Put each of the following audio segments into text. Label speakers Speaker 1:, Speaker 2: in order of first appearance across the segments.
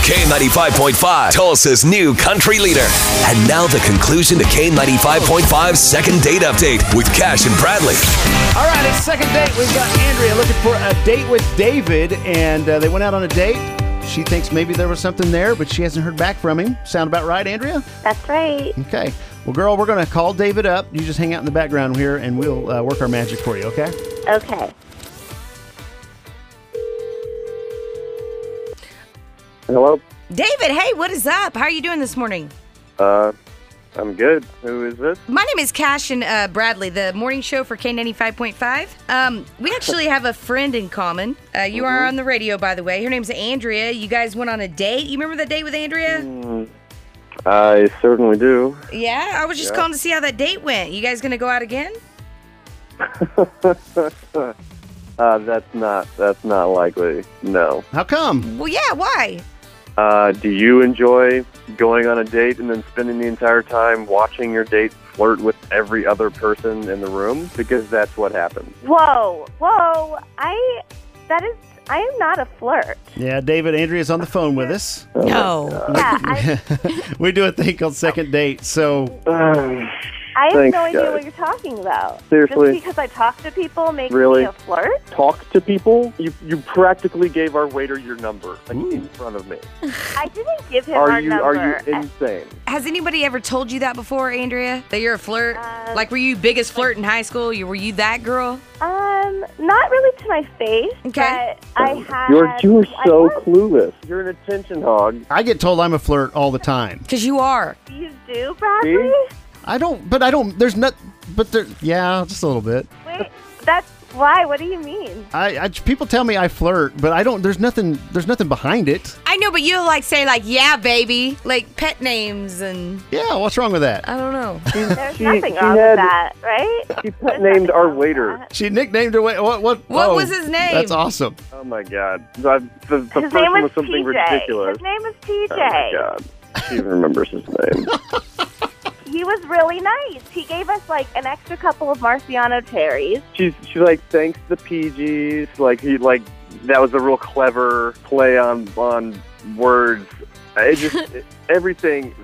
Speaker 1: K95.5, Tulsa's new country leader. And now the conclusion to K95.5's second date update with Cash and Bradley.
Speaker 2: All right, it's second date. We've got Andrea looking for a date with David, and uh, they went out on a date. She thinks maybe there was something there, but she hasn't heard back from him. Sound about right, Andrea?
Speaker 3: That's right.
Speaker 2: Okay. Well, girl, we're going to call David up. You just hang out in the background here, and we'll uh, work our magic for you, okay?
Speaker 3: Okay.
Speaker 4: Hello.
Speaker 5: David, hey, what is up? How are you doing this morning?
Speaker 4: Uh, I'm good. Who is this?
Speaker 5: My name is Cash and uh, Bradley, the morning show for K95.5. Um, we actually have a friend in common. Uh, you are on the radio, by the way. Her name's Andrea. You guys went on a date. You remember that date with Andrea?
Speaker 4: I certainly do.
Speaker 5: Yeah, I was just
Speaker 4: Yeah.
Speaker 5: calling to see how that date went. You guys going to go out again?
Speaker 4: Uh, that's not that's not likely. No.
Speaker 2: How come?
Speaker 5: Well, yeah, why?
Speaker 4: Uh, do you enjoy going on a date and then spending the entire time watching your date flirt with every other person in the room? Because that's what happens.
Speaker 3: Whoa, whoa. I, that is, I am not a flirt.
Speaker 2: Yeah, David, Andrea's on the phone with us.
Speaker 5: Oh No.
Speaker 3: Yeah, I,
Speaker 2: we do a thing called second date. So,
Speaker 4: Uh,
Speaker 3: I have
Speaker 4: Thanks,
Speaker 3: no idea
Speaker 4: guys.
Speaker 3: what you're talking about.
Speaker 4: Seriously?
Speaker 3: Just because I talk to people makes
Speaker 4: Really?
Speaker 3: me a flirt?
Speaker 4: Talk to people. You you practically gave our waiter your number like, in front of me.
Speaker 3: I didn't give him
Speaker 4: Are
Speaker 3: our
Speaker 4: you
Speaker 3: number.
Speaker 4: are you insane?
Speaker 5: Has anybody ever told you that before, Andrea? That you're a flirt?
Speaker 3: Uh,
Speaker 5: like, were you biggest flirt in high school? You Were you that girl?
Speaker 3: um, not really to my face,
Speaker 5: Okay.
Speaker 3: but I had.
Speaker 4: You're you are
Speaker 3: Uh, I
Speaker 4: so
Speaker 3: was-
Speaker 4: clueless. You're an attention hog.
Speaker 2: I get told I'm a flirt all the time.
Speaker 5: Because you are.
Speaker 3: You do, Bradley?
Speaker 4: See?
Speaker 2: I don't, but I don't, there's not, but there, yeah, just a little bit.
Speaker 3: Wait, that's why? What do you mean?
Speaker 2: I, I people tell me I flirt, but I don't, there's nothing, there's nothing behind it.
Speaker 5: I know, but you like say like yeah, baby, like pet names and
Speaker 2: Yeah, what's wrong with that?
Speaker 5: I don't know.
Speaker 3: There's
Speaker 4: She-
Speaker 3: nothing
Speaker 4: she
Speaker 3: wrong
Speaker 4: had-
Speaker 3: with that, right?
Speaker 4: She pet named our waiter.
Speaker 2: She nicknamed her. wa- What? What?
Speaker 5: What
Speaker 2: whoa,
Speaker 5: was his name?
Speaker 2: That's awesome.
Speaker 4: Oh my god. The, the, the
Speaker 3: His
Speaker 4: person
Speaker 3: name was,
Speaker 4: something
Speaker 3: TJ.
Speaker 4: ridiculous.
Speaker 3: His name was
Speaker 4: Oh my
Speaker 3: TJ.
Speaker 4: god. She even remembers his name.
Speaker 3: he was really nice. He gave us like an extra couple of Marciano cherries.
Speaker 4: She's she's like thanks the PGs. Like he like that was a real clever play on on words. It just it- everything.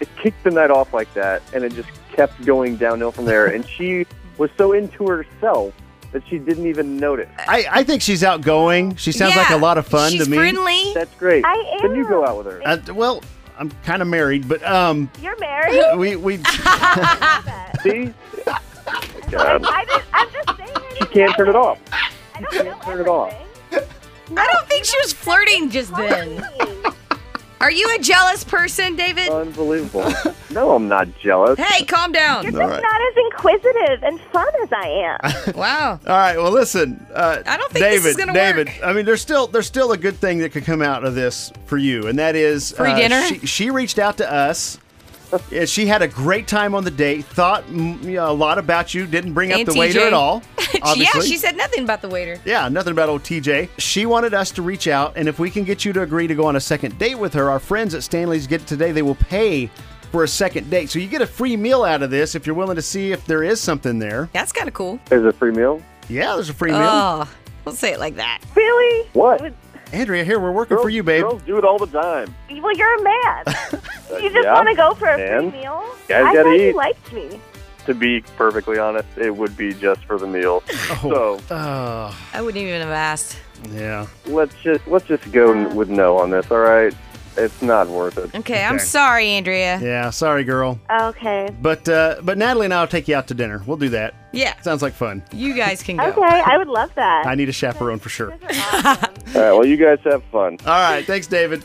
Speaker 4: It kicked the night off like that, and it just kept going downhill from there. And she was so into herself that she didn't even notice.
Speaker 2: I, I think she's outgoing. She sounds
Speaker 5: Yeah,
Speaker 2: like a lot of fun
Speaker 5: She's
Speaker 2: to me.
Speaker 5: friendly.
Speaker 4: That's great.
Speaker 3: I
Speaker 4: Then you
Speaker 3: am.
Speaker 4: go out with her.
Speaker 2: Uh, well, I'm kind of married, but um,
Speaker 3: You're married?
Speaker 2: we we
Speaker 4: See, God.
Speaker 3: I didn't, I'm just saying. I
Speaker 4: she
Speaker 3: didn't
Speaker 4: can't turn it
Speaker 3: know
Speaker 4: off.
Speaker 3: I don't know
Speaker 4: turn it off.
Speaker 5: I don't think she was flirting just then.
Speaker 3: everything.
Speaker 5: Are you a jealous person, David?
Speaker 4: Uh, Unbelievable. no, I'm not jealous.
Speaker 5: Hey, calm down.
Speaker 3: You're just not as inquisitive and fun as I am.
Speaker 5: Wow.
Speaker 2: all right. Well, listen. Uh,
Speaker 5: I don't think this
Speaker 2: David.
Speaker 5: is gonna
Speaker 2: David.
Speaker 5: work.
Speaker 2: I mean, there's still there's still a good thing that could come out of this for you, and that is
Speaker 5: Free
Speaker 2: uh,
Speaker 5: dinner?
Speaker 2: She, she reached out to us. Yeah, she had a great time on the date. Thought mm, you know, a lot about you. Didn't bring up
Speaker 5: And
Speaker 2: the waiter
Speaker 5: TJ.
Speaker 2: at all.
Speaker 5: Yeah,
Speaker 2: Obviously.
Speaker 5: she said nothing about the waiter.
Speaker 2: Yeah, nothing about old TJ. She wanted us to reach out, and if we can get you to agree to go on a second date with her, our friends at Stanley's Get It Today, they will pay for a second date. So you get a free meal out of this if you're willing to see if there is something there.
Speaker 5: That's kind of cool.
Speaker 4: There's a free meal.
Speaker 2: Yeah, there's a free meal.
Speaker 5: Oh, don't say it like that.
Speaker 3: Really?
Speaker 4: What?
Speaker 2: Andrea, here, we're working
Speaker 4: Girls-
Speaker 2: for you, babe.
Speaker 4: Girls do it all the time.
Speaker 3: Well, you're a man. You just
Speaker 4: yeah,
Speaker 3: want to go for a
Speaker 4: man.
Speaker 3: free meal?
Speaker 4: Guys
Speaker 3: I
Speaker 4: gotta
Speaker 3: thought
Speaker 4: eat.
Speaker 3: you liked me.
Speaker 4: To be perfectly honest, it would be just for the meal.
Speaker 2: Oh. Oh,
Speaker 5: I wouldn't even have asked.
Speaker 2: yeah.
Speaker 4: So let's just let's just go n- with no on this. All right, it's not worth it.
Speaker 5: Okay, I'm sorry, Andrea.
Speaker 2: Yeah, sorry, girl.
Speaker 3: Okay.
Speaker 2: But uh, but Natalie and I will take you out to dinner. We'll do that.
Speaker 5: Yeah,
Speaker 2: Sounds like fun.
Speaker 5: you guys can
Speaker 3: Okay,
Speaker 5: go.
Speaker 3: I would love that.
Speaker 2: I need a chaperone for sure.
Speaker 4: All right, well, you guys have fun.
Speaker 2: All right, thanks, David.